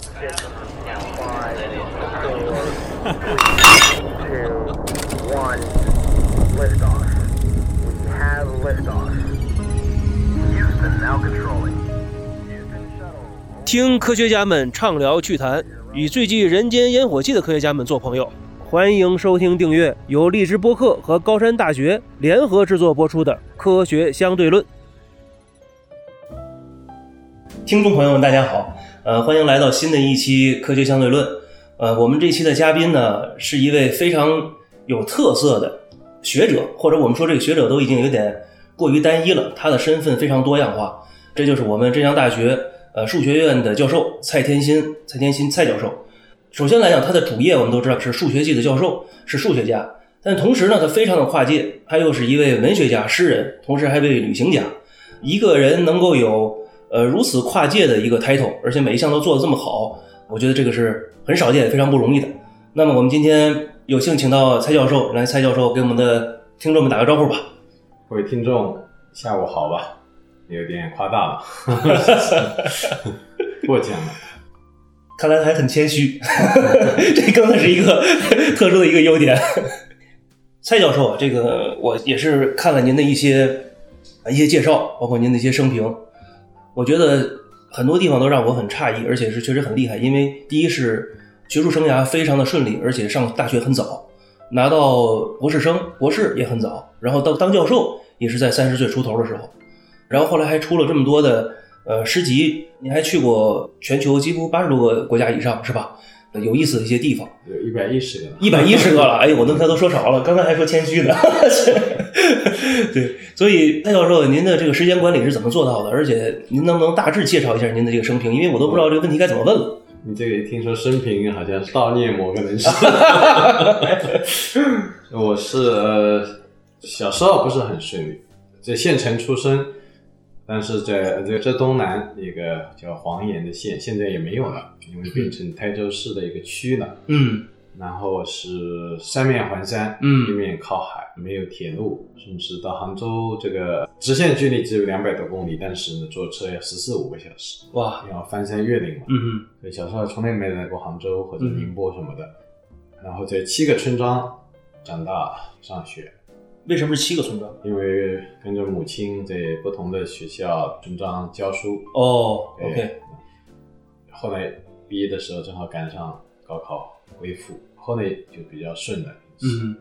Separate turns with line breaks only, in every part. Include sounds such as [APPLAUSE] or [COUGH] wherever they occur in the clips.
six, five, four, three, two, one. Liftoff. We have liftoff. Houston now controlling. Houston shuttle.
听科学家们畅聊趣谈，与最具人间烟火气的科学家们做朋友。欢迎收听订阅由荔枝播客和高山大学联合制作播出的《科学相对论》。听众朋友们，大家好，呃，欢迎来到新的一期《科学相对论》。呃，我们这期的嘉宾呢，是一位非常有特色的学者，或者我们说这个学者都已经有点过于单一了，他的身份非常多样化。这就是我们浙江大学呃数学院的教授蔡天心，蔡天心蔡教授。首先来讲，他的主业我们都知道是数学系的教授，是数学家，但同时呢，他非常的跨界，他又是一位文学家、诗人，同时还位旅行家。一个人能够有呃如此跨界的一个 title，而且每一项都做得这么好，我觉得这个是很少见、也非常不容易的。那么我们今天有幸请到蔡教授，来，蔡教授给我们的听众们打个招呼吧。
各位听众，下午好吧？有点夸大了，过奖了。
看来还很谦虚， [LAUGHS] 这更是一个 [LAUGHS] 特殊的一个优点。蔡教授啊，这个我也是看了您的一些一些介绍，包括您的一些生平，我觉得很多地方都让我很诧异，而且是确实很厉害。因为第一是学术生涯非常的顺利，而且上大学很早，拿到博士生、博士也很早，然后到当教授也是在三十岁出头的时候，然后后来还出了这么多的呃诗集，您还去过全球几乎八十多个国家以上，是吧？有意思的一些地方，
有一百一十个了，
一百一十个了，哎呦，我刚才都说少了，刚才还说谦虚呢。 [LAUGHS] 对，所以蔡教授，您的这个时间管理是怎么做到的？而且您能不能大致介绍一下您的这个生平？因为我都不知道这个问题该怎么问了。
你这个一听说生平好像是悼念某个人士。 [LAUGHS] 我是呃，小时候不是很顺利，在县城出生，但是在在浙东南一个叫黄岩的县，现在也没有了，因为变成台州市的一个区了。
嗯
然后是三面环山，
嗯
一面靠海，没有铁路，甚至到杭州这个直线距离只有两百多公里，但是呢，坐车要十四五个小时，
哇，
要翻山越岭嘛。
嗯
所以小时候从来没来过杭州或者
嗯
宁波什么的。然后在七个村庄长大上学，
哼，为什么是七个村庄？
因为跟着母亲在不同的学校村庄教书。
哦
对
，OK，
后来毕业的时候正好赶上高考恢复，后来就比较顺了。
嗯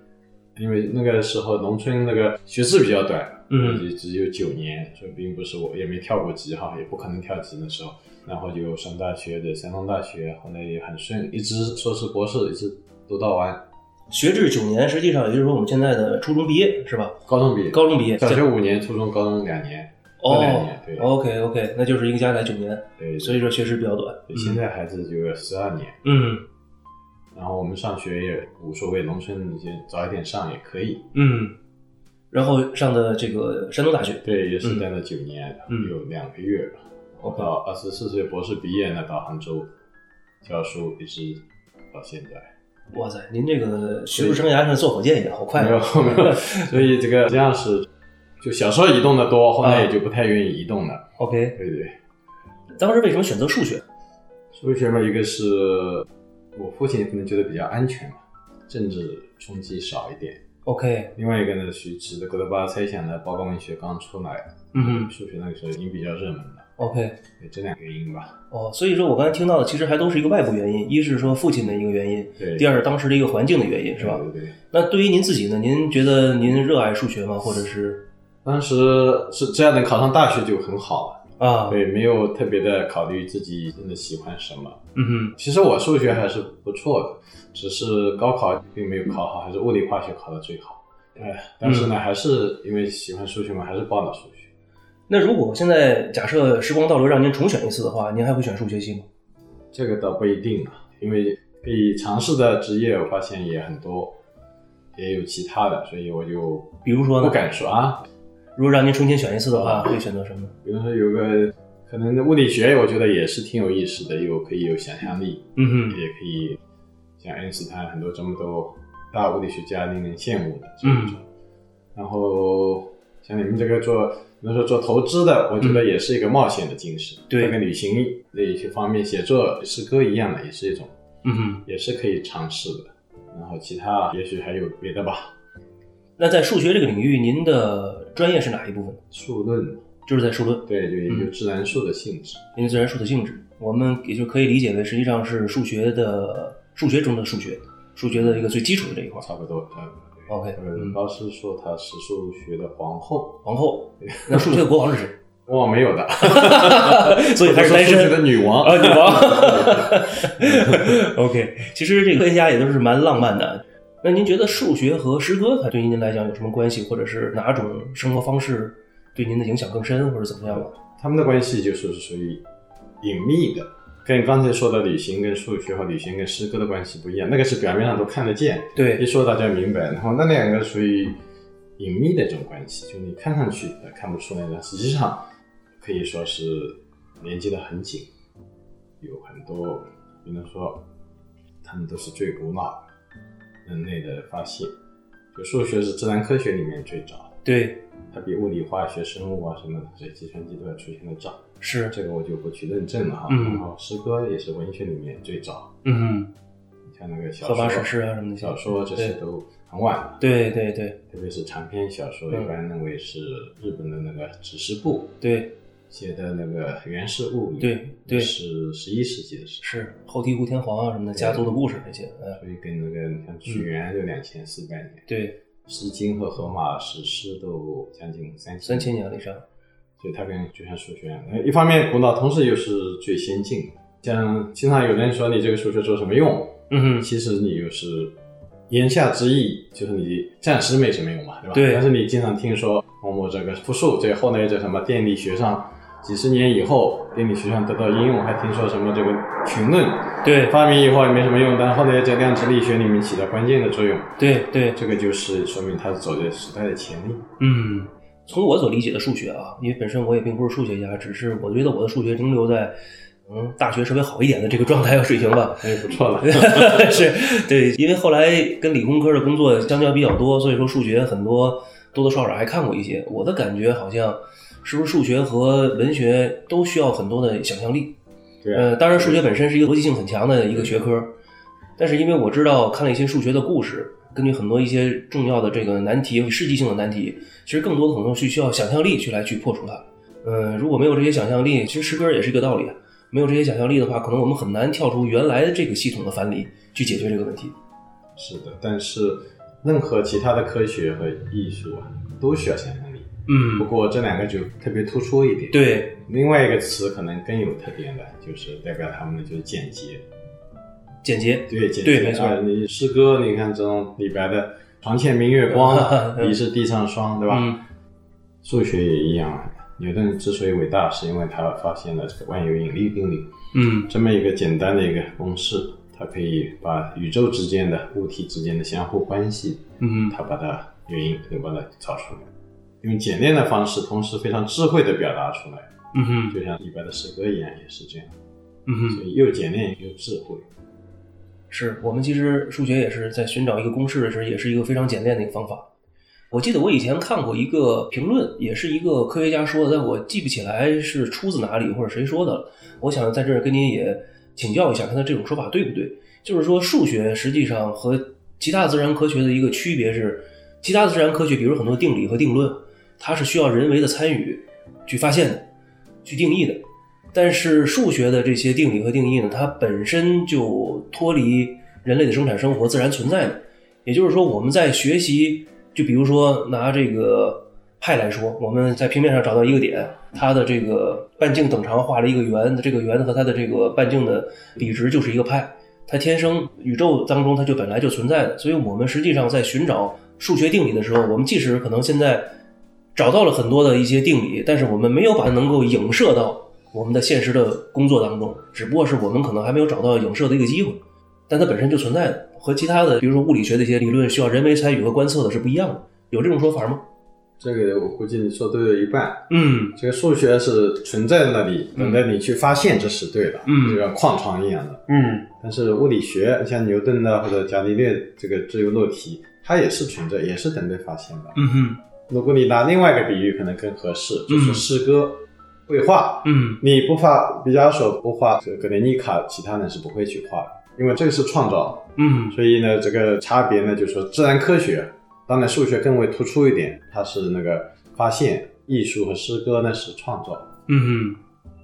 因为那个时候农村那个学制比较短，
嗯
也只有九年，所以并不是我也没跳过级哈，也不可能跳级那时候。然后就上大学的山东大学，后来也很顺，一直硕士博士一直读到完，
学制九年，实际上也就是说我们现在的初中毕业是吧？
高中毕业，
高中毕业，
小学五年，初中、高中两年，各两
哦
年，对
，OK OK，那就是一个加起来九年，
对，
所以说嗯学时比较短。
对现在孩子就十二年。
嗯
然后我们上学也无所谓，农村你就早一点上也可以。
嗯，然后上的这个山东大学，
对，也是
嗯
待了九年，
嗯
有两个月。我
OK
到二十四岁博士毕业呢，到杭州教书，一直到现在。
哇塞，您这个学术生涯是坐火箭一样，好快
没有
啊！
没有，所以这个这样是，就小时候移动的多，后
啊
来也就不太愿意移动了。
OK，
对对，
当时为什么选择数学？
数学嘛，一个是我父亲可能觉得比较安全嘛，政治冲击少一点。
OK，
另外一个呢，是指的哥德巴赫猜想呢，包括文学刚出来，
嗯哼
数学那个时候已经比较热门了。
，OK，
对这两个原因吧。
哦，所以说我刚才听到的其实还都是一个外部原因，一是说父亲的一个原因，
对，
第二是当时的一个环境的原因，是吧？
对对对。
那对于您自己呢？您觉得您热爱数学吗？或者是
当时是只要能考上大学就很好了，
啊，
对，没有特别的考虑自己真的喜欢什么。
嗯
其实我数学还是不错的，只是高考并没有考好，还是物理化学考的最好。哎，但是呢，还是因为喜欢数学嘛，还是报了数学。
哼，那如果现在假设时光倒流让您重选一次的话，您还会选数学系吗？
这个倒不一定啊，因为可以尝试的职业，我发现也很多，也有其他的，所以我就
比如说呢
不敢啊说啊。
如果让您重新选一次的话，会选择什么？
比如说有个可能物理学，我觉得也是挺有意思的，又可以有想象力。
嗯哼，
也可以像爱因斯坦很多这么多大物理学家令人羡慕的这
嗯
种。然后像你们这个做，比如说做投资的，我觉得也是一个冒险的精神，
对
这个旅行这一些方面，写作、诗歌一样的，也是一种，
嗯哼。
也是可以尝试的。然后其他也许还有别的吧，
那在数学这个领域，您的专业是哪一部分？
数论，
就是在数论，
对，就研究
嗯
自然数的性质。
因为自然数的性质，我们也就可以理解为，实际上是数学的数学中的数学，数学的一个最基础的这一块。
差不多，差不多。对
OK，
呃，
嗯
高师说她是数学的皇后，
皇
[LAUGHS]
后，那数学的国王是谁？
我没有的，
所以还是单
我说数学的
身 [LAUGHS]
女王 [LAUGHS]
啊，女王。OK，其 [LAUGHS] 实这个科学家也都是蛮浪漫的。那您觉得数学和诗歌，它对于您来讲有什么关系，或者是哪种生活方式对您的影响更深，或者怎么样吗？
他们的关系就是属于隐秘的，跟刚才说的旅行跟数学和旅行跟诗歌的关系不一样，那个是表面上都看得见，一
对，
说大家明白。然后那两个属于隐秘的这种关系，就你看上去呃看不出来，但实际上可以说是连接的很紧，有很多，比如说他们都是最古老的人类的发现，就数学是自然科学里面最早的，
对，
它比物理、化学、生物啊什么的这些计算机都要出现的早。
是，
这个我就不去论证了哈。
嗯
然后诗歌也是文学里面最早，
嗯，
像那个小
荷
说、
马史诗啊什么的
小说这些
对
都很晚了，
对对对
特别是长篇小说，
嗯
一般认为是日本的那个指示部
对，
写的那个《源氏物语》，
对对
是十一世纪的事，
是后醍醐天皇啊什么的，家族的故事这些，嗯，
所以跟那个像屈原就两千四百年，
对，
诗经》和荷马史诗都将近三
三千年以上，
所以它跟就像数学一样，呃一方面古老，同时又是最先进的。像经常有人说你这个数学做什么用？
嗯哼，
其实你就是言下之意，就是你暂时没什么用嘛，对吧？
对
但是你经常听说某某这个复数，这个后来这什么电力学上，几十年以后电力学上得到应用，还听说什么这个群论
对
发明以后也没什么用，但是后来在量子力学里面起到关键的作用。
对对，
这个就是说明它是走在时代的前列。
嗯，从我所理解的数学啊，因为本身我也并不是数学家，只是我觉得我的数学停留在嗯大学稍微好一点的这个状态和水平吧。
哎，不错了。
[LAUGHS] 是对，因为后来跟理工科的工作相交比较多，所以说数学很多多多少少还看过一些。我的感觉好像是不是数学和文学都需要很多的想象力？
对啊、
呃，当然，数学本身是一个逻辑性很强的一个学科，但是因为我知道看了一些数学的故事，根据很多一些重要的这个难题、世纪性的难题，其实更多的可能是需要想象力去来去破除它。嗯，如果没有这些想象力，其实诗歌也是一个道理啊。没有这些想象力的话，可能我们很难跳出原来的这个系统的藩篱去解决这个问题。
是的，但是任何其他的科学和艺术啊，都需要想象力。不
嗯，
过这两个就特别突出一点。
对，
另外一个词可能更有特点的，就是代表他们的就是简洁，
简洁，
对简洁。
对没错，
啊你诗歌，你看这种李白的“床前明月光
[LAUGHS]
疑是地上霜”，对吧？
嗯，
数学也一样啊。牛顿之所以伟大，是因为他发现了这个万有引力定律
嗯，
这么一个简单的一个公式，它可以把宇宙之间的物体之间的相互关系，
嗯，
他把它原因能把它找出来，用简练的方式，同时非常智慧的表达出来，
嗯哼，
就像李白的诗歌一样，也是这样。
嗯哼
所。以又简练又智慧。
是我们其实数学也是在寻找一个公式的时候，也是一个非常简练的一个方法。我记得我以前看过一个评论，也是一个科学家说的，但我记不起来是出自哪里或者谁说的了。我想在这儿跟您也请教一下，看他这种说法对不对？就是说，数学实际上和其他自然科学的一个区别是，其他自然科学比如很多定理和定论，它是需要人为的参与去发现的、去定义的。但是数学的这些定理和定义呢，它本身就脱离人类的生产生活自然存在的。也就是说，我们在学习，就比如说拿这个派来说，我们在平面上找到一个点，它的这个半径等长画了一个圆，这个圆和它的这个半径的比值就是一个派。它天生宇宙当中它就本来就存在的，所以我们实际上在寻找数学定理的时候，我们即使可能现在找到了很多的一些定理，但是我们没有把它能够影射到我们的现实的工作当中，只不过是我们可能还没有找到影射的一个机会，但它本身就存在的，和其他的比如说物理学的一些理论需要人为参与和观测的是不一样的，有这种说法吗？
这个我估计你说对了一半。
嗯
这个数学是存在那里，等待你去发现，这是对的，
嗯
就像矿床一样的。
嗯，
但是物理学，像牛啊顿的或者伽利略这个自由落体，它也是存在，也是等待发现的。
嗯哼，
如果你拿另外一个比喻，可能更合适，就是
嗯
诗歌、绘画。
嗯
你不画毕加索，不画这个格雷尼卡，其他人是不会去画的，因为这个是创造。
嗯
所以呢，这个差别呢，就是说自然科学，当然数学更为突出一点，它是那个发现，艺术和诗歌呢是创造。
嗯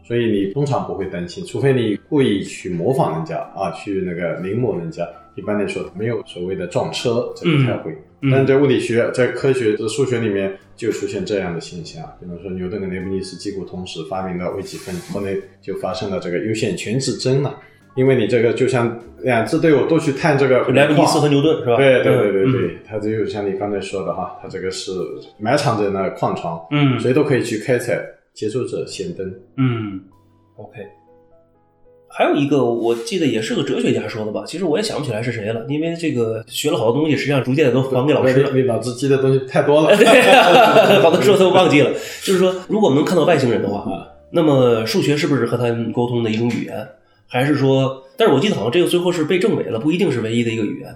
所以你通常不会担心，除非你故意去模仿人家啊，去那个临摹人家。一般来说，没有所谓的撞车，这不太会。
嗯
但在物理学、在科学、在数学里面，就出现这样的现象。比如说，牛顿跟莱布尼茨几乎同时发明了微积分，后来就发生了这个优先权指针了。因为你这个就像哎两支队伍都去探这个
就莱布尼茨和
矿
牛顿是吧？
对对对对
嗯
对，它就像你刚才说的哈，它这个是埋藏着那矿床，
嗯
谁都可以去开采，接触者先登。
嗯，OK。还有一个，我记得也是个哲学家说的吧，其实我也想不起来是谁了，因为这个学了好多东西，实际上逐渐都还给老师了。
你脑子记的东西太 [LAUGHS] 多了。
对， [LAUGHS] 好多时候都忘记了。就是说，如果我们能看到外星人的话，啊那么数学是不是和他们沟通的一种语言？还是说，但是我记得好像这个最后是被证伪了，不一定是唯一的一个语言。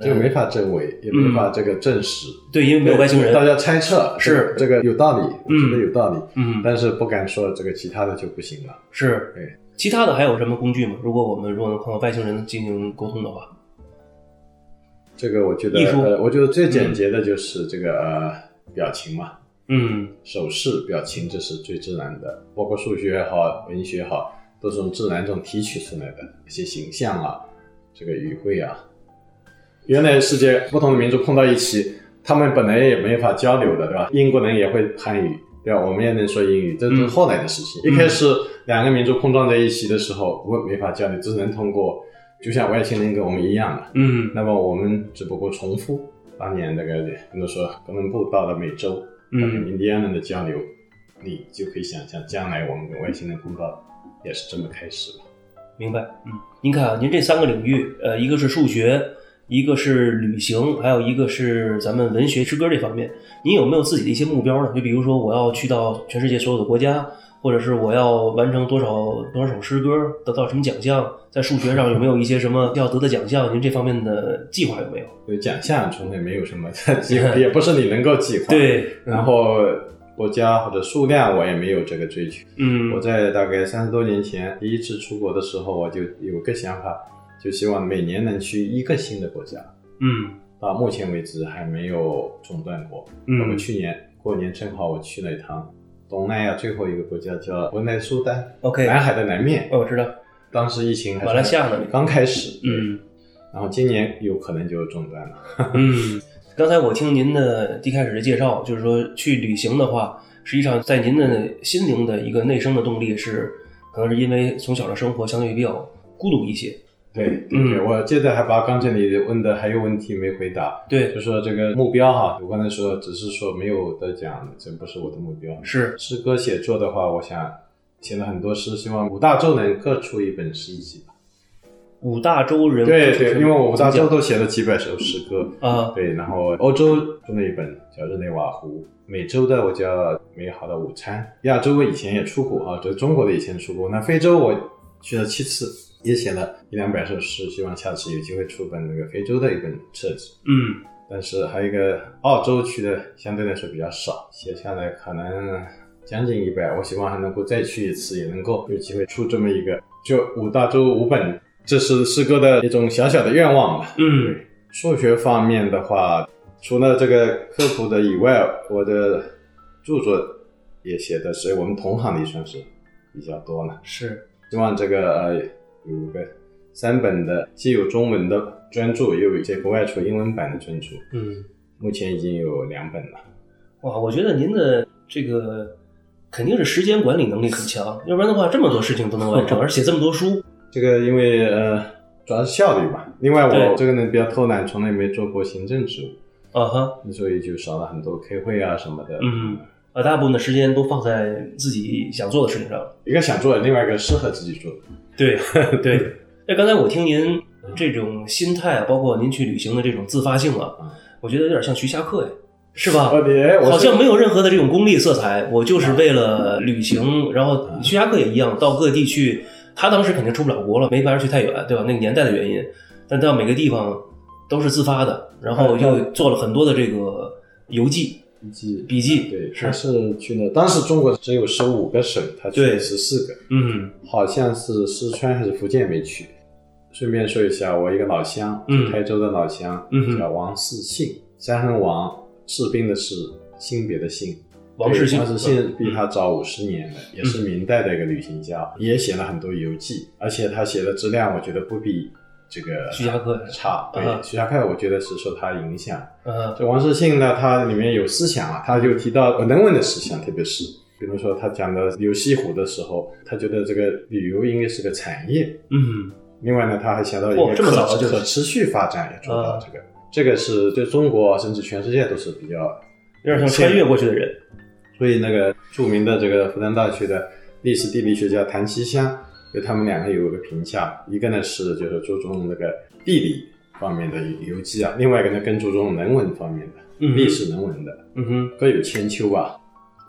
这个没法证伪，也没法这个证实。
对，嗯因为没有外星人
大。家猜测
是
这个这个有道理，我觉得有道理，
嗯，
但是不敢说这个其他的就不行了。
是。
对
其他的还有什么工具吗？如果我们如果能看到外星人进行沟通的话，
这个我觉得
艺术，
呃，我觉得最简洁的就是这个、呃表情嘛，
嗯
手势、表情，这是最自然的。包括数学也好，文学也好，都是从自然中提取出来的一些形象啊，这个语汇啊。原来世界不同的民族碰到一起，他们本来也没法交流的，对吧？英国人也会汉语，对吧？我们也能说英语，这是
嗯
后来的事情。
嗯
一开始两个民族碰撞在一起的时候，我没法交流，只能通过，就像外星人跟我们一样的。
嗯
那么我们只不过重复当年那个，比如说哥伦布到了美洲，跟
嗯
印第安人的交流，你就可以想象将来我们跟外星人碰到也是这么开始了。
明白。嗯，您看啊，您这三个领域，呃，一个是数学，一个是旅行，还有一个是咱们文学、诗歌这方面，您有没有自己的一些目标呢？就比如说，我要去到全世界所有的国家，或者是我要完成多少多少首诗歌，得到什么奖项，在数学上有没有一些什么要得的奖项？您这方面的计划有没有？
所以奖项从来没有什么
[LAUGHS]
计划，也不是你能够计划。，
对，
然后国家或者数量我也没有这个追求。
嗯
我在大概三十多年前第一次出国的时候，我就有个想法，就希望每年能去一个新的国家。
嗯
到目前为止还没有中断过。那么
嗯
去年过年正好我去了一趟东南亚最后一个国家叫文莱苏丹，
，OK，
南海的南面。
哦，我知道，
当时疫情还是
马来西亚那里
刚开始，，
嗯。
然后今年有可能就中断了。
嗯，刚才我听您的一开始的介绍，就是说去旅行的话，实际上在您的心灵的一个内生的动力是，可能是因为从小的生活相对比较孤独一些。
对对对，
嗯
我接着还把刚才你问的还有问题没回答，
对
就，说这个目标哈，我刚才说只是说没有得奖，这不是我的目标。
是，
诗歌写作的话，我想写了很多诗，希望五大洲能各出一本诗集吧。
五大洲人
对对，因为我五大洲
都
都写了几百首诗歌，
啊，
对，然后欧洲出了一本叫《日内瓦湖》，美洲的我叫《美好的午餐》，亚洲我以前也出过啊，这中国的以前出过，那非洲我去了七次，也写了一两百首诗，希望下次有机会出本那个非洲的一本册子。
嗯
但是还有一个澳洲去的相对来说比较少，写下来可能将近一百，我希望还能够再去一次，也能够有机会出这么一个，就五大洲五本，这是诗歌的一种小小的愿望吧。
嗯
数学方面的话，除了这个科普的以外，我的著作也写的是我们同行里算是比较多了。
是，
希望这个呃有个三本的，既有中文的专著，也有一些国外出英文版的专著，
嗯，
目前已经有两本了。
哇，我觉得您的这个肯定是时间管理能力很强，要不然的话这么多事情都能 [LAUGHS] 完成，而且这么多书，
这个因为呃主要是效率吧，另外我
对
这个人比较偷懒，从来没做过行政职
啊哈，
务，所以就少了很多开会啊什么的。
嗯，把大部分的时间都放在自己想做的事情上。
一个想做的，另外一个适合自己做的。
对 [LAUGHS] 对，那刚才我听您这种心态啊，包括您去旅行的这种自发性
嗯
啊，我觉得有点像徐霞客呀，是吧？
哦，你哎我
啊好
是嗯
像没有任何的这种功利色彩，我就是为了旅行。然后徐霞客也一样，到各地去，他当时肯定出不了国了，没法去太远，对吧？那个年代的原因，但到每个地方都是自发的，然后又做了很多的这个游记。
嗯笔记，嗯
笔记
对，
是
他是去那，当时中国只有十五个省，他去
对
了十四个，
嗯
好像是四川还是福建没去。顺便说一下，我一个老乡，
嗯
台州的老乡，
嗯哼
叫王世信，三横王，士兵的士，性别的性，
王世信，
王世信比
嗯
他早五十年的，也是明代的一个旅行家，也写了很多游记，而且他写的质量，我觉得不比这个
徐霞客
差。对
啊，
徐霞客我觉得是受他影响。
呃
这王世信呢，他里面有思想啊，他就提到呃人文的思想，特别是比如说他讲的流西湖的时候，他觉得这个旅游应该是个产业。
嗯
另外呢，他还想到一
哦
个
这
可、
么早就
可持续发展，也做到
啊
这个。这个是对中国啊甚至全世界都是比较
有点像穿越过去的人，
所以那个著名的这个复旦大学的历史地理学家谭其湘对他们两个有一个评价，一个呢是就是注重那个地理方面的游记啊，另外一个呢更注重人文方面的
嗯
历，史人文的，
嗯哼，
各有千秋吧。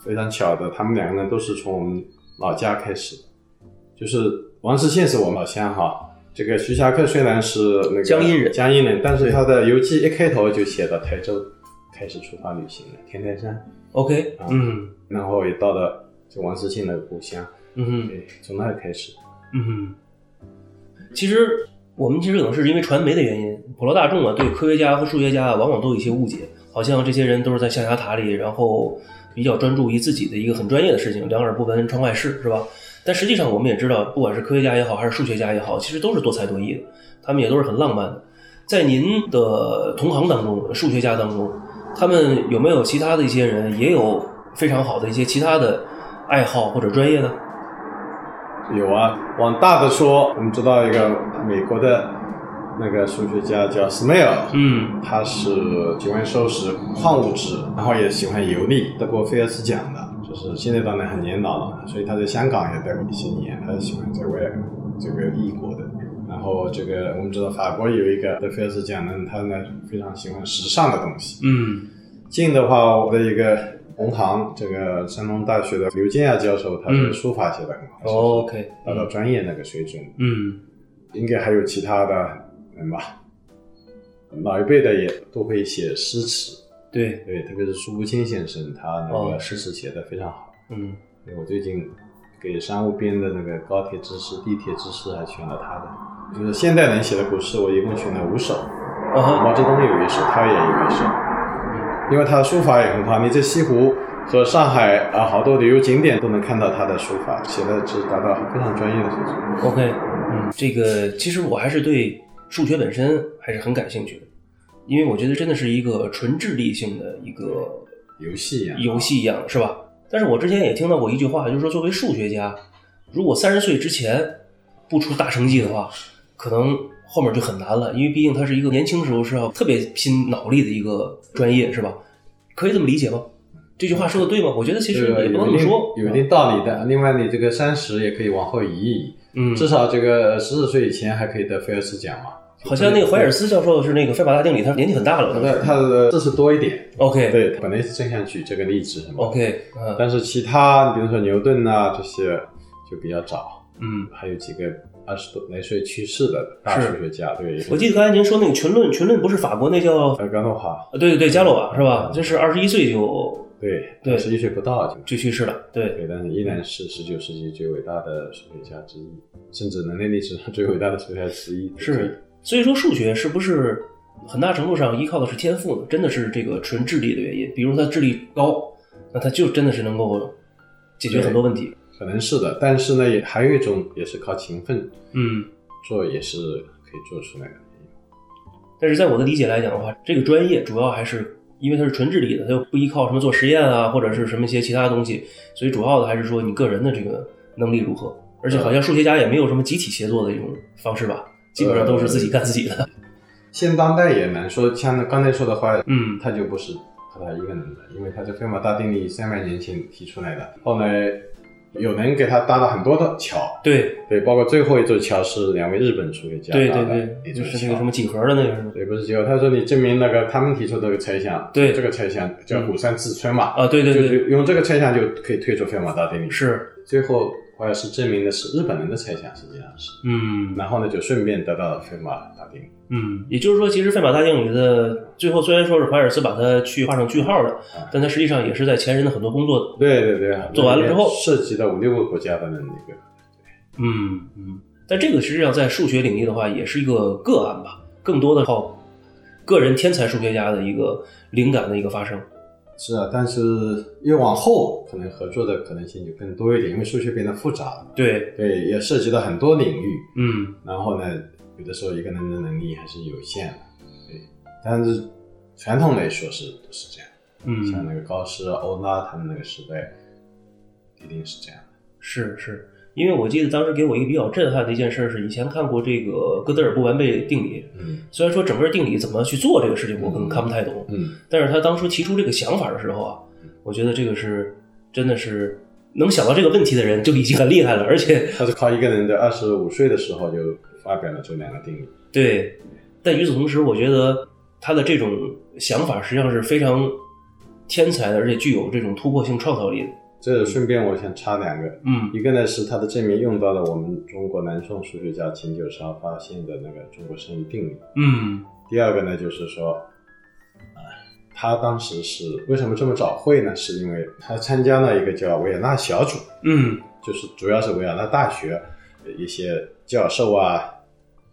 非常巧的，他们两个呢都是从我们老家开始的，就是王世信是我们老乡哈。这个徐霞客虽然是那个
江阴人
江阴人，但是他的游记一开头就写到台州开始出发旅行了，天台山。
OK，
啊
嗯
然后也到了这王世信的故乡，
嗯哼
对，从那儿开始。
嗯哼。其实我们其实可能是因为传媒的原因，普罗大众啊对科学家和数学家啊往往都有一些误解，好像这些人都是在象牙塔里，然后比较专注于自己的一个很专业的事情，两耳不闻窗外事，是吧？但实际上我们也知道，不管是科学家也好，还是数学家也好，其实都是多才多艺的，他们也都是很浪漫的。在您的同行当中，数学家当中，他们有没有其他的一些人也有非常好的一些其他的爱好或者专业呢？
有啊，往大的说，我们知道一个美国的那个数学家叫 Smale，、
嗯
他是喜欢收拾矿物质，然后也喜欢游历，得过菲尔兹奖的。就是现在当然很年老了，所以他在香港也待过一些年，他喜欢在外这个异国的。然后这个我们知道法国有一个得菲尔兹奖的，他呢非常喜欢时尚的东西，
嗯
近的话，我的一个同行，这个山东大学的刘建亚教授，他
嗯
的书法写的很好，
哦，OK，
达到专业那个水准。
嗯
应该还有其他的人吧，老一辈的也都会写诗词，
对，
对，特别是苏步青先生，他那
哦
个诗词写的非常好。
嗯
对我最近给商务编的那个高铁知识、地铁知识还选了他的，就是现代人写的古诗，我一共选了五首，
啊哈，
毛泽东有一首，他也有一首。因为他的书法也很好，你在西湖和上海啊，好多旅游景点都能看到他的书法，写的是达到非常专业的水准。
OK，嗯，这个其实我还是对数学本身还是很感兴趣的，因为我觉得真的是一个纯智力性的一个
游戏啊呀、
游戏一样，是吧？但是我之前也听到过一句话，就是说，作为数学家，如果三十岁之前不出大成绩的话，可能后面就很难了，因为毕竟它是一个年轻时候是要特别拼脑力的一个专业，是吧？可以这么理解吗？这句话说的对吗？我觉得其
这
实
个
也不能这
啊有
么
一定
说，
有一定道理的。另外，你这个三十也可以往后移一移，
嗯，
至少这个十四岁以前还可以得菲尔兹奖嘛。
好像那个怀尔斯教授是那个费马大定理，他年纪很大了。
他的他的字数多一点，
OK
对，本来是正向举这个例子什么
OK，嗯
但是其他比如说牛顿呐、这些就比较早，
嗯，
还有几个二十多来岁去世的大
是
数学家，对，
我记得刚才您说那个群论，群论不是法国那叫
呃，刚诺华，
呃对对对加洛瓦是吧？就是二十一岁就
对，
对
十一岁不到就
就去世了，对，
对，但是依然是十九世纪最伟大的数学家之一，甚至人类历史上最伟大的数学家之一。
是。所以说数学是不是很大程度上依靠的是天赋呢？真的是这个纯智力的原因。比如他智力高，那他就真的是能够解决很多问题。
可能是的，但是呢，也还有一种也是靠勤奋
嗯，
做，也是可以做出来的。
但是在我的理解来讲的话，这个专业主要还是因为它是纯智力的，它又不依靠什么做实验啊，或者是什么一些其他东西，所以主要的还是说你个人的这个能力如何。而且好像数学家也没有什么集体协作的一种方式吧，基本上都是自己干自己的。
现当代也难说，像刚才说的话，
嗯
他就不是他一个人的，因为他是费马大定理三百年前提出来的，后来有人给他搭了很多的桥，
对
对，包括最后一座桥是两位日本数学家
对
搭
对
的
对，
一
就
座
是那个什
桥
么。几何的那个什么
对，不是结果，他说你证明那个他们提出这个猜想，
对
这个猜想叫
嗯
古山自村嘛，
啊，对对
就
对，
是用这个猜想就可以推出费马大定理。
是
最后怀尔斯证明的是日本人的猜想，实际上是。
嗯
然后呢，就顺便得到了飞马大定。
嗯，也就是说，其实费马大定理的最后虽然说是怀尔斯把它去画上句号了，但它实际上也是在前人的很多工作。
对对对，
做完了之后
涉及到五六个国家的那个，
嗯嗯，但这个实际上在数学领域的话，也是一个个案吧，更多的靠个人天才数学家的一个灵感的一个发生。
是啊，但是越往后可能合作的可能性就更多一点，因为数学变得复杂了，
对，
对，也涉及到很多领域。
嗯
然后呢，有的时候一个人的能力还是有限的，对。但是传统来说是都是这样，像
嗯，
那个高斯、啊欧拉他们那个时代，一定是这样的。
是是。因为我记得当时给我一个比较震撼的一件事是，以前看过这个哥德尔不完备定理，
嗯
虽然说整个定理怎么去做这个事情，我可能看不太懂，
嗯，
但是他当初提出这个想法的时候啊，我觉得这个是真的是能想到这个问题的人就已经很厉害了，而且
他是靠一个人在二十五岁的时候就发表了这两个定理。
对，但与此同时，我觉得他的这种想法实际上是非常天才的，而且具有这种突破性创造力的。
这顺便我想插两个，
嗯
一个呢是他的证明用到了我们中国南宋数学家秦九韶发现的那个中国生理定理。
嗯
第二个呢，就是说，啊，他当时是为什么这么早会呢？是因为他参加了一个叫维也纳小组，
嗯
就是主要是维也纳大学呃一些教授啊，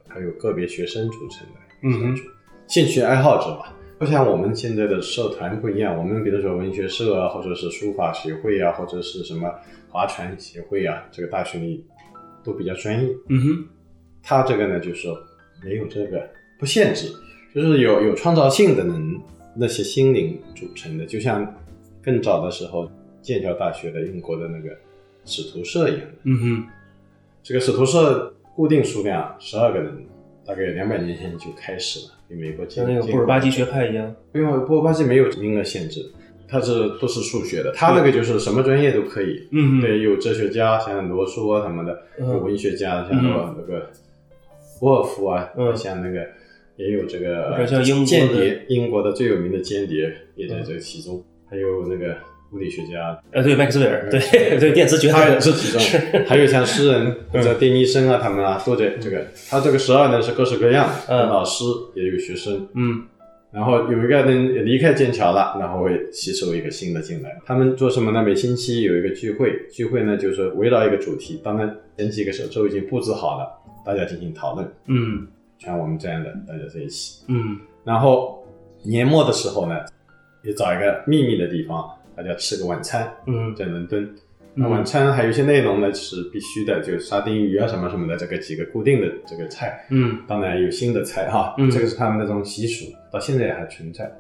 还有个别学生组成的
嗯
小组，兴趣爱好者嘛。不像我们现在的社团不一样，我们比如说文学社啊，或者是书法协会啊，或者是什么划船协会啊，这个大学里都比较专业。
嗯哼
他这个呢，就是说没有这个不限制，就是有有创造性的人那些心灵组成的，就像更早的时候剑桥大学的英国的那个使徒社一样的。
嗯哼
这个使徒社固定数量十二个人，大概两百年前就开始了，比美国
像
建
那个布尔巴基学派一样。
因为布尔巴基没有名额限制，它是都是数学的，它那个就是什么专业都可以。
嗯，
对，有哲学家像罗素啊什么的，有
嗯
文学家像那个那个沃尔夫啊，
嗯
像那个也有这个
或者像英国的
间谍，英国的最有名的间谍也在这其中，还有那个物理学家，
呃，对，麦克斯韦尔，对对，电磁学
他
派
也
的
是其中，还有像诗
嗯
人或者丁医生啊，他们啊都在这个，他这个十二呢是各式各样的，
嗯
有老师也有学生，
嗯
然后有一个人也离开剑桥了，然后会吸收一个新的进来。他们做什么呢？每星期有一个聚会，聚会呢就是围绕一个主题，当然前几个手周已经布置好了，大家进行讨论。
嗯
像我们这样的，呃大家在一起。
嗯
然后年末的时候呃呢，也找一个秘密的呃地方，大家吃个晚餐，
嗯
在伦敦。那晚
嗯
餐还有一些内容呢是必须的，就是沙丁鱼啊什么什么的，这个几个固定的这个菜。
嗯
当然有新的菜哈，
嗯
这个是他们那种习俗，到现在还存在。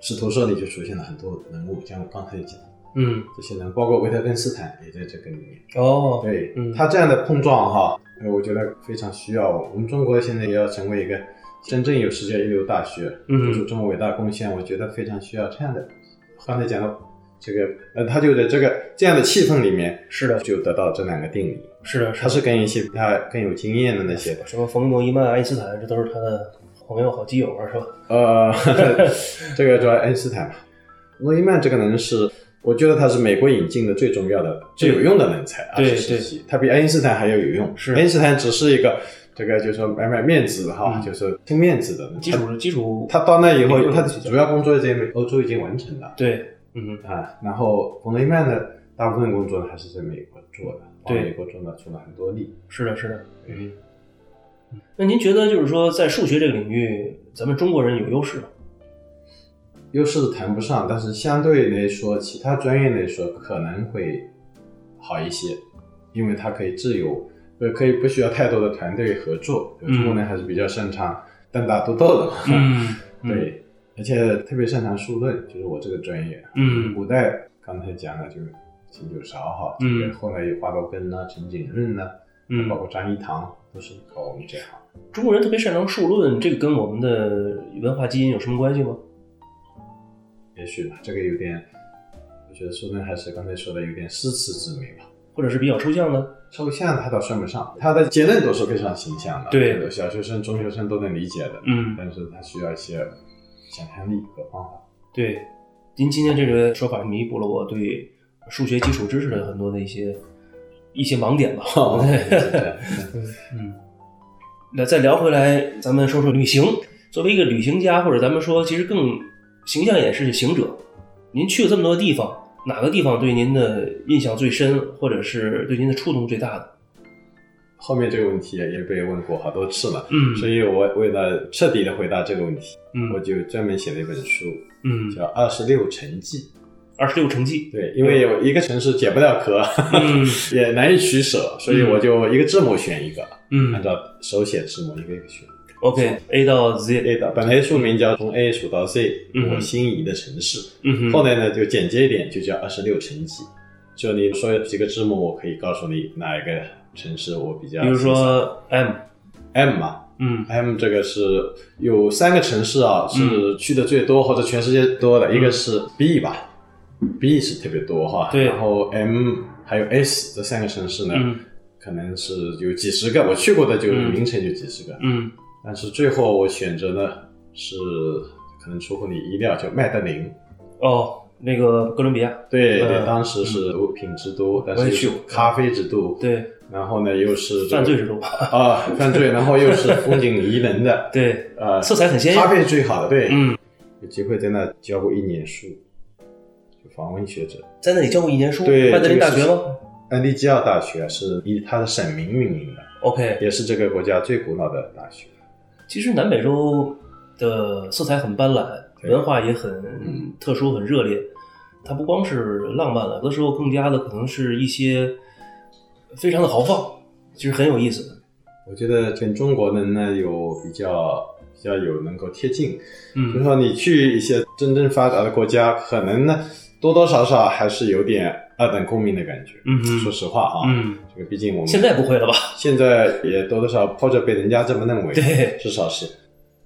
使徒社里就出现了很多人物，像我刚才讲的
嗯，
这些人，包括维特根斯坦也在这个里面。
哦，
对，
嗯
他这样的碰撞哈，呃我觉得非常需要。我们中国现在也要成为一个真正有世界一流大学，
嗯
做出这么伟大贡献，我觉得非常需要这样的。刚才讲到这个，呃，他就在这个这样的气氛里面，
是的，
就得到这两个定理。
是的，
他
是
是跟一些比他更有经验的那些
的，什么冯诺依曼、爱因斯坦，这都是他的朋友、好基友啊，是吧？
呃， [LAUGHS] 这个叫爱因斯坦吧。诺伊曼这个人是，我觉得他是美国引进的最重要的、最有用的人才。啊
对
20世纪，他比爱因斯坦还要有用。
是
爱因斯坦只是一个这个，就是说买买面子哈，
嗯
就是听面子的人。
基础基础，
他他到那以后
理，论
他的
是这样
主要工作在美欧洲已经完成了
对，嗯
啊。然后冯诺依曼的大部分工作还是在美国做的，
对
帮美国做了出了很多力。
是的，是的。
嗯，
那您觉得就是说，在数学这个领域，咱们中国人有优势吗？
优势谈不上，但是相对来说，其他专业来说可能会好一些，因为它可以自由，呃，可以不需要太多的团队合作。
嗯
中国人还是比较擅长单打独斗的嘛， [LAUGHS]
对，
对，而且特别擅长数论，就是我这个专业。啊
嗯
古代刚才讲了，就是秦九韶哈，
嗯
这个后来有华罗庚啊、陈景润啊，
嗯
包，括张一堂，都是搞我们这行。
中国人特别擅长数论，这个跟我们的文化基因有什么关系吗？
也许吧，这个有点，我觉得数论还是刚才说的有点诗词之美吧。
或者是比较抽象呢？
抽象它倒算不上，它的结论都是非常形象的，
对
就是小学生、中学生都能理解的，
嗯，
但是它需要一些想象力和
[LAUGHS]
方法。
对。您今天这个说法弥补了我对数学基础知识的很多的一些一些盲点吧。 [LAUGHS]
哦是的
那再聊回来，咱们说说旅行。作为一个旅行家，或者咱们说，其实更形象一点是行者。您去了这么多地方，哪个地方对您的印象最深，或者是对您的触动最大的？
[LAUGHS] 后面这个问题也被问过好多次了，
嗯
所以我为了彻底的回答这个问题，我
嗯
就专门写了一本书，
嗯，
叫《二十六城记》。
二十六城
[LAUGHS]
记，
对，因为有一个城市解不了壳，
嗯
[LAUGHS] 也难以取舍，所以我就一个字母选一个，按
嗯
照手写字母一个一个选。
，OK，A 到 Z，
A 的本来书名叫《从 A 数到 Z》，
嗯
我心仪的城市。
嗯
后
哼，
来呢，就简洁一点，就叫二十六城记。就你说几个字母，我可以告诉你哪一个城市我比较。
比如说 M，
M 嘛
嗯
，M 这个是有三个城市啊，是
嗯
去的最多或者全世界多的，
嗯
一个是 B 吧，B 是特别多哈。
对
然后 M 还有 S 这三个城市呢，
嗯
可能是有几十个，我去过的就
嗯
名城就几十个。
嗯
但是最后我选择呢是可能出乎你意料，叫麦德林。
哦，那个哥伦比亚，
对对，
嗯
当时是毒品之都，但
我
是
也
又
去
是
过
咖啡之都，
对，
然后呢又是这个
犯罪之都，
啊，犯罪，然后又是风景宜
[LAUGHS]
人的，
对，
呃，
色彩很鲜艳
咖啡最好的，对，
嗯，
有机会在那教过一年书，就访问学者，
在那里教过一年书，
对，
曼德嗯林大学
这个
吗
是？安第基奥大学啊是以它的省名命名的，
？OK，
也是这个国家最古老的大学。
其实南美洲的色彩很斑斓，
对
文化也很特殊、很热烈。它不光是浪漫了，有的时候更加的可能是一些非常的豪放，其实很有意思。
我觉得跟中国人呢有比较比较有能够贴近，就是
嗯
说你去一些真正发达的国家，可能呢多多少少还是有点二等公民的感觉。
嗯哼
说实话啊，
嗯，
这个毕竟我们
现在不会了吧？
现在也多多少或者被人家这么认为，
对
至少是。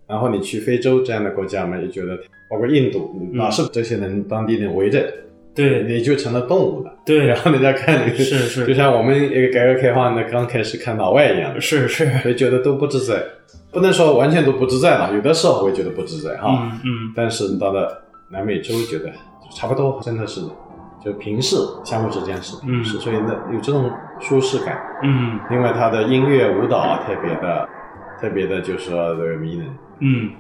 然后你去非洲这样的国家嘛，也觉得包括印度，
嗯
老是这些人当地人围着，
对
你就成了动物了。 [LAUGHS]
对啊
然，后人家看你，
是
就是像我们一个改革开放的刚开始看老外一样，
是是，
所以觉得都不自在，不能说完全都不自在吧，有的时候会觉得不自在哈。
嗯嗯
但是到了南美洲，觉得差不多，真的是就平视，相互之间是平视，
嗯
所以呢有这种舒适感。
嗯
另外，他的音乐舞蹈啊，特别的，特别的，就是说这个迷人。
嗯，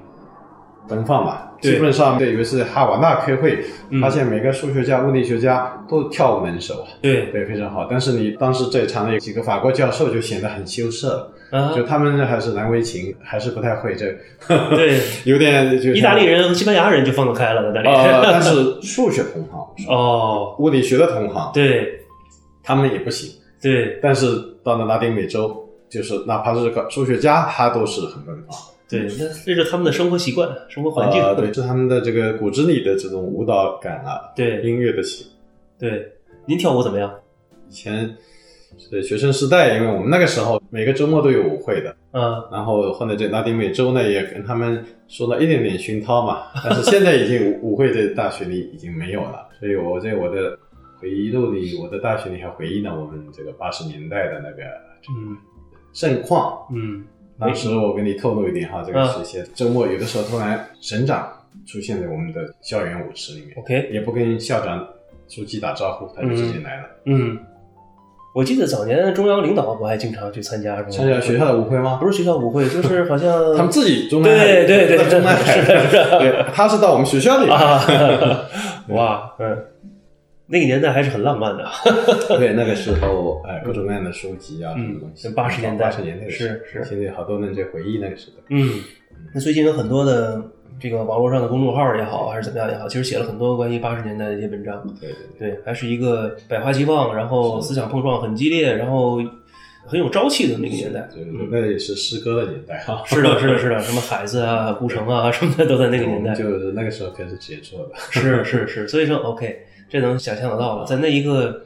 奔放吧，
对
基本上对，有一次哈瓦那开会，
嗯
发现每个数学家、物理学家都跳舞能手啊，
对
对，非常好。但是你当时在场的有几个法国教授就显得很羞涩了，
啊
就，他们还是难为情，还是不太会这，
对，
[LAUGHS] 有点就像
意大利人和西班牙人就放得开了，在那里。
呃，但是数学同行、
[LAUGHS] 哦，
物理学的同行，
对
他们也不行。
对
但是到了拉丁美洲，就是哪怕是个数学家，他都是很奔放。
对，那这是他们的生活习惯、生活环境。
呃对，是他们的这个骨子里的这种舞蹈感啊，
对
音乐的喜。
对，您跳舞怎么样？
以前是学生时代，因为我们那个时候每个周末都有舞会的，
啊，
然后后来在拉丁美洲呢，也跟他们受到一点点熏
[LAUGHS]
陶嘛。但是现在已经舞舞会在大学里已经没有了，所以我在我的回忆录里，我的大学里还回忆了我们这个八十年代的那个
嗯
盛况。
嗯，
当时我跟你透露一点哈，这个是一些周末有的时候突然省长出现在我们的校园舞池里面，
OK，
也不跟校长、书记打招呼，他就直接来了。
嗯，我记得早年中央领导不还经常去参加是吗？
参加学校的舞会吗？
不是学校舞会，就是 [LAUGHS] 好像
他们自己中南海，
嗯对对对
在 [LAUGHS] 中南海，
是的是的
[LAUGHS] 对，他是到我们学校里的， [LAUGHS]
啊，哇，嗯，那个年代还是很浪漫的，啊
对，那个时候，哎，各种各样的书籍啊，
嗯
什么东西，
嗯80年代
八十年代的事
是是
现在好多人在回忆那个时代。
嗯，那最近有很多的这个网络上的公众号也好，还是怎么样也好，其实写了很多关于八十年代的一些文章，
对对
对，还是一个百花齐放，然后
是
思想碰撞很激烈，然后很有朝气的那个年代，
对，就是
嗯
那也是诗歌的年代哈。
[LAUGHS] 是的，是的，是的，什么海子啊、顾城啊什么的，都在那
[LAUGHS]
个年代。
就是那个时候开始写作的。
是是是，所以说 OK，这能想象得到了。在那一个，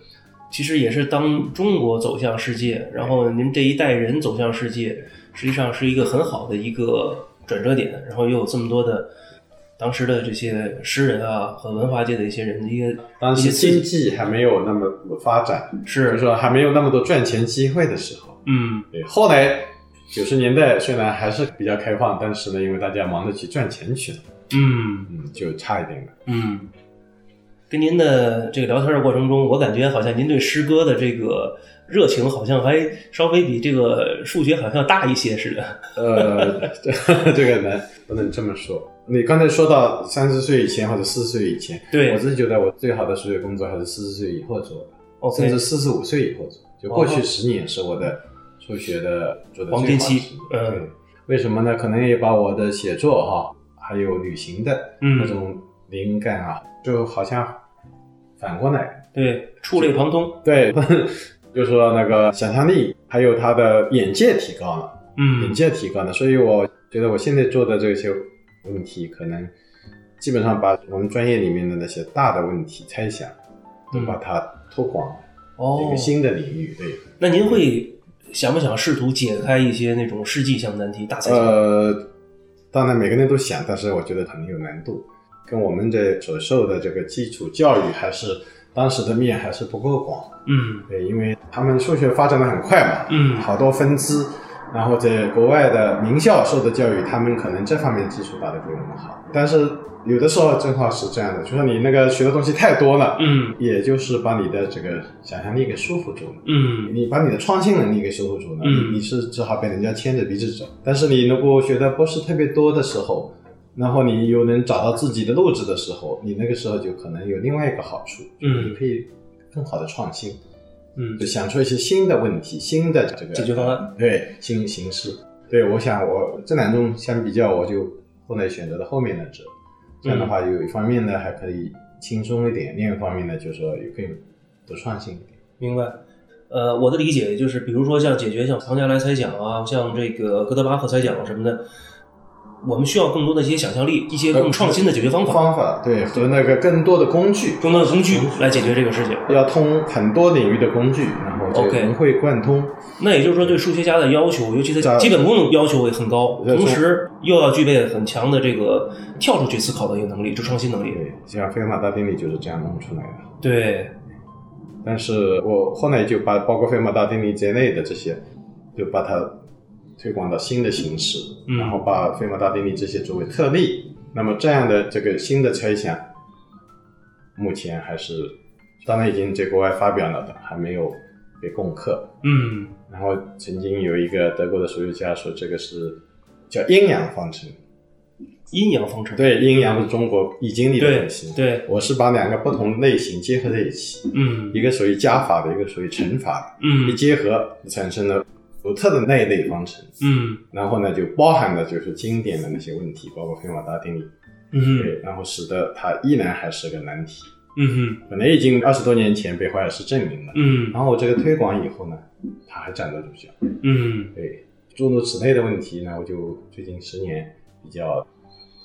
其实也是当中国走向世界，然后您这一代人走向世界，实际上是一个很好的一个转折点。然后又有这么多的当时的这些诗人啊和文化界的一些人的一个
当
一些
时
刺
经
激
济还没有那么发展，就是
是
说还没有那么多赚钱机会的时候。
嗯
对，后来九十年代虽然还是比较开放，但是呢，因为大家忙着去赚钱去了，
嗯
嗯，就差一点了。
嗯。跟您的这个聊天的过程中，我感觉好像您对诗歌的这个热情好像还稍微比这个数学好像大一些似的。
[LAUGHS] 呃，这这个呢，不能这么说。你刚才说到三十岁以前或者四十岁以前，
对
我自己觉得我最好的数学工作还是四十岁以后做的甚
，OK，
至四十五岁以后做。就过去
哦
十年是我的数学的做的
黄
最
金
好
期
的十年
嗯
对，为什么呢？可能也把我的写作哈、还有旅行的那
嗯，
种灵感啊，就好像反过来
对，触类旁通，
对， [LAUGHS] 就说那个想象力，还有他的眼界提高了，眼
嗯
界提高了，所以我觉得我现在做的这些问题，可能基本上把我们专业里面的那些大的问题猜想，都把它拓广了、一
哦
个，新的领域。对，
那您会想不想试图解开一些那种世纪向难题、大赛项？
呃，当然每个人都想，但是我觉得很有难度，跟我们这所受的这个基础教育还是当时的面还是不够广。
嗯
对，因为他们数学发展的很快嘛，
嗯
好多分支，然后在国外的名校受的教育，他们可能这方面基础打得比我们好，但是有的时候正好是这样的，就说你那个学的东西太多了，
嗯
也就是把你的这个想象力给束缚住了。
嗯
你把你的创新能力给收束住了，
嗯
你你是只好被人家牵着鼻子走。但是你如果学的不是特别多的时候，然后你又能找到自己的路子的时候，你那个时候就可能有另外一个好处，
嗯
你可以更好的创新，
嗯
就，想出一些新的问题、新的这个
解决方案。
对新形式。对，我想我这两种相比较，我就后来选择了后面那者。这样的话，有一方面呢还可以轻松一点，另一方面呢就是说也可以多创新一点。
明白。呃，我的理解就是，比如说像解决像庞加莱猜想啊，像这个哥德巴赫猜想什么的，我们需要更多的一些想象力，一些更创新的解决方法，
方法，对和那个更多的工具，
更多的工具来解决这个事情。
要通很多领域的工具，然后就
OK
融会贯通。
那也就是说，对数学家的要求，尤其
在
在基本功的要求也很高，
在
同时又要具备很强的这个跳出去思考的一个能力，就创新能力。
对，像费马大定理就是这样弄出来的。
对，
但是我后来就把包括费马大定理在内的这些，就把它推广到新的形式，
嗯
然后把费马大定理这些作为特例。那么这样的这个新的猜想，目前还是当然已经在国外发表了的，还没有被攻克。
嗯，
然后曾经有一个德国的数学家说，这个是叫阴阳方程。
阴阳方程。
对，阴阳是中国易经里的
对
东西。，
对，
我是把两个不同类型结合在一起，
嗯
一个属于加法的，一个属于乘法的，一
嗯
结合产生了独特的那一类方程。
嗯
然后呢，就包含了就是经典的那些问题，包括费马大定理，
嗯
对，然后使得它依然还是个难题。
嗯
本来已经二十多年前被怀尔士证明了，
嗯
然后我这个推广以后呢，它还站得住脚。
嗯
对，诸如此类的问题呢，我就最近十年比较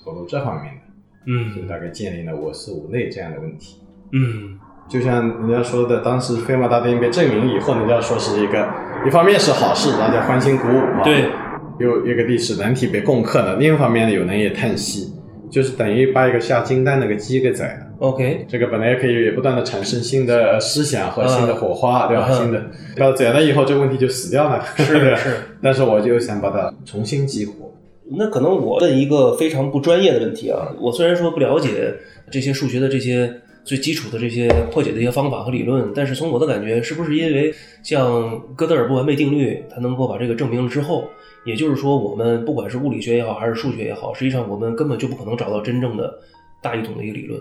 投入这方面的，就
嗯
大概建立了我是五类这样的问题。
嗯，
就像人家说的，当时飞马大电影被证明以后，人家说是一个，一方面是好事，大家欢欣鼓舞啊，
对，
又一个历史难题被攻克了；另一方面呢，有人也叹息，就是等于把一个下金蛋那个鸡给宰了。 [LAUGHS]
OK，
这个本来可以不断的产生新的呃思想和
嗯
新的火花，对吧？
嗯
新的，要宰了以后，这个问题就死掉了。 [LAUGHS]
是是。
但是我就想把它重新激活。
那可能我问一个非常不专业的问题啊，我虽然说不了解这些数学的这些最基础的这些破解的一些方法和理论，但是从我的感觉，是不是因为像哥德尔不完备定律，它能够把这个证明了之后，也就是说，我们不管是物理学也好，还是数学也好，实际上我们根本就不可能找到真正的大一统的一个理论，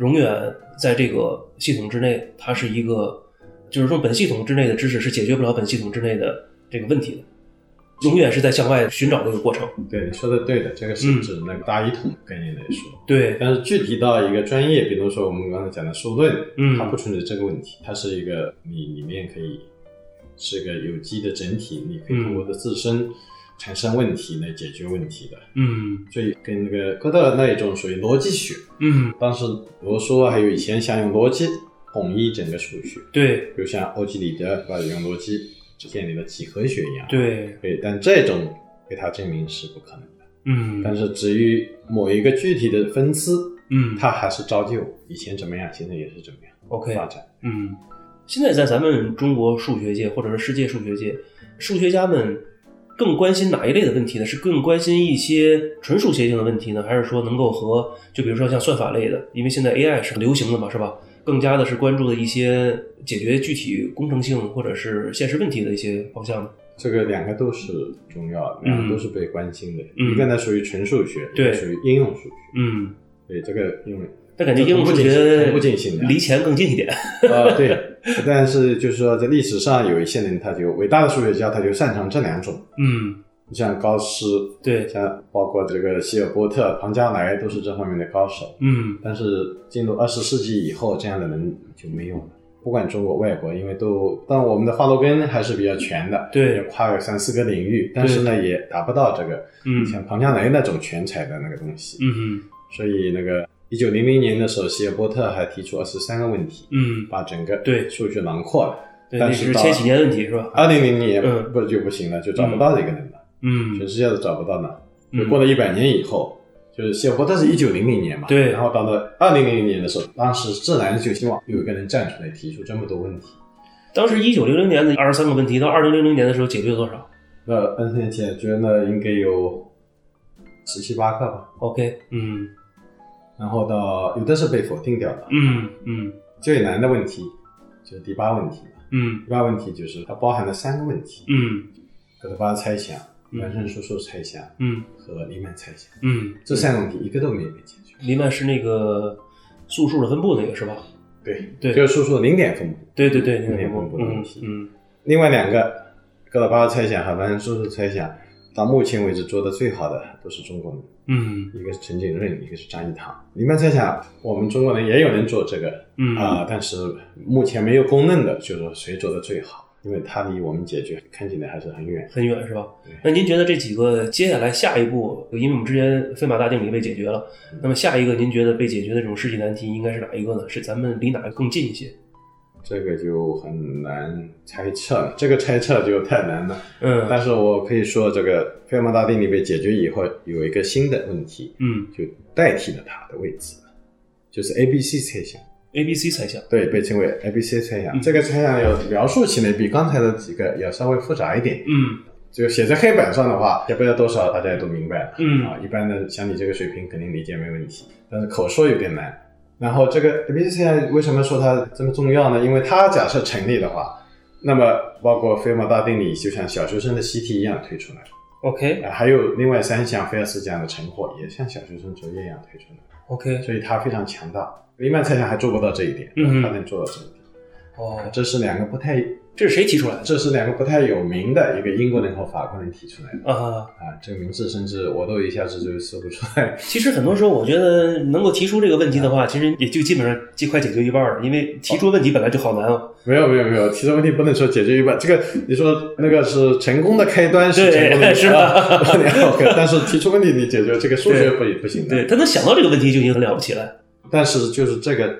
永远在这个系统之内，它是一个，就是说本系统之内的知识是解决不了本系统之内的这个问题的。永远是在向外寻找的一个过程。
对，你说的对的，这个
嗯
是指那个大一统概念来说。
对，
但是具体到一个专业，比如说我们刚才讲的数论，
嗯
它不存在这个问题，它是一个你里面可以是个有机的整体，你可以通过的自身产生问题来解决问题的。
嗯
所以跟那个哥德尔那一种属于逻辑学，
嗯，
当时罗说还有以前想用逻辑统一整个数学，
对
比如像欧几里得把用逻辑建立了几何学一样。
对，
对，但这种被他证明是不可能的。
嗯
但是至于某一个具体的分支，
嗯
它还是照旧，以前怎么样，现在也是怎么样
，OK，
发展。
嗯，现在在咱们中国数学界或者是世界数学界，数学家们更关心哪一类的问题呢？是更关心一些纯数学性的问题呢，还是说能够和就比如说像算法类的，因为现在 AI 是很流行的嘛，是吧？更加的是关注的一些解决具体工程性或者是现实问题的一些方向呢？
这个两个都是重要的，
嗯
两个都是被关心的。
嗯
一个呢属于纯数学，
对
一个属于应用数学。
嗯，
对这个应用，
但感觉应用数
这
学
同步进行的
离钱更近一点。
呃，对。但是就是说，在历史上有一些人，他就伟大的数学家，他就擅长这两种，
嗯，
像高斯，
对，
像包括这个希尔伯特、庞加莱都是这方面的高手。
嗯
但是进入二十世纪以后，这样的人就没有了。不管中国、外国，因为都，但我们的话头根还是比较全的，
对
也跨越三四个领域，但是呢，也达不到这个
嗯
像庞加莱那种全才的那个东西。
嗯
所以那个一九零零年的时候，希尔伯特还提出二十三个问题，
嗯，
把整个
对
数学囊括了。
对，
但
那
是
是
到
千禧年问题是吧？
二零零零年
嗯
不就不行了，就找不到这个人了，
嗯
全世界都找不到了。就
嗯
过了一百年以后，就是谢伯特是一九零零年嘛，
对
然后到了二零零零年的时候，当时自然就希望有一个人站出来提出这么多问题。
当时一九零零年的二十三个问题，到二零零零年的时候解决了多少
那 N 天解决了应该有十七八个吧，
？OK，嗯
然后到有的是被否定掉了。
嗯嗯
最难的问题就是第八问题嘛，
嗯
第八问题就是它包含了三个问题：
嗯
哥德巴赫猜想、
嗯
孪生叔叔猜想
嗯
和黎曼猜想，
嗯，
这三个问题一个都没有被解决。
黎曼是那个素数的分布那个是吧？
对
对
就是叔叔零点分布。
对对对，那个
零点分
分
布
布，
的问
嗯
题。
嗯
另外两个哥德巴赫猜想和完成叔叔猜想，到目前为止做的最好的都是中国人，
嗯
一个是陈景润，一个是张益唐。黎曼猜想，我们中国人也有人做这个
嗯
啊、但是目前没有公认的，就是说谁做的最好，因为它离我们解决看起来还是很远。
很远是吧
对？
那您觉得这几个接下来下一步，因为我们之前飞马大定理被解决了，那么下一个您觉得被解决的这种世纪难题应该是哪一个呢？是咱们离哪个更近一些？
这个就很难猜测了，这个猜测就太难了。但
嗯
是我可以说，这个费曼大定理被解决以后，有一个新的问题
嗯
就代替了它的位置，就是 A、B、C 猜想。
，A、B、C 猜想，
对，被称为 A B C 猜想。
嗯
这个猜想要描述起来比刚才的几个要稍微复杂一点。
嗯
就写在黑板上的话，也不知道多少，大家也都明白了。
嗯
啊，一般的像你这个水平肯定理解没问题，但是口说有点难。然后这个 A B C 猜想为什么说它这么重要呢？因为它假设成立的话，那么包括费马大定理就像小学生的习题一样推出来，
，OK
啊还有另外三项菲尔斯这样的成果也像小学生作业一样推出来，
OK，
所以它非常强大。黎曼猜想还做不到这一点，
嗯
它能做到这一点。
哦，
这是两个不太，
这是谁提出来的？
这是两个不太有名的一个英国人和法国人提出来的
啊，
啊，这个名字甚至我都一下子就说不出来。
其实很多时候，我觉得能够提出这个问题的话，其实也就基本上就快解决一半了，因为提出问题本来就好难啊。
[LAUGHS] 没有没有没有，其实问题不能说解决一半，这个你说那个是成功的开端是
对
成功的
是吧
啊 [LAUGHS] 你好可但是提出问题你解决这个数学不不行的。
对，他能想到这个问题就已经很了不起了。
但是就是这个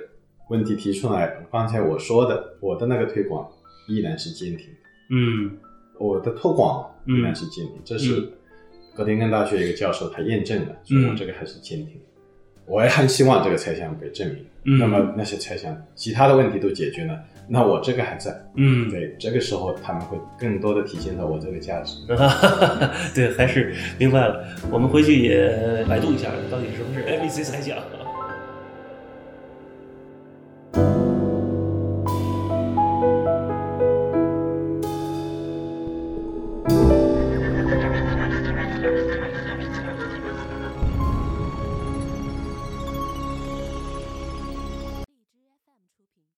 问题提出来，刚才我说的，我的那个推广依然是坚挺的，
嗯
我的推广依然是坚挺，这是哥廷根大学一个教授他验证的，所以我这个还是坚挺的。我也很希望这个猜想被证明。
嗯，
那么那些猜想，其他的问题都解决了，那我这个还在。
嗯，
对，这个时候他们会更多的体现到我这个价值。
[LAUGHS] 对，还是明白了。我们回去也百度一下，到底什么是 ABC 猜想。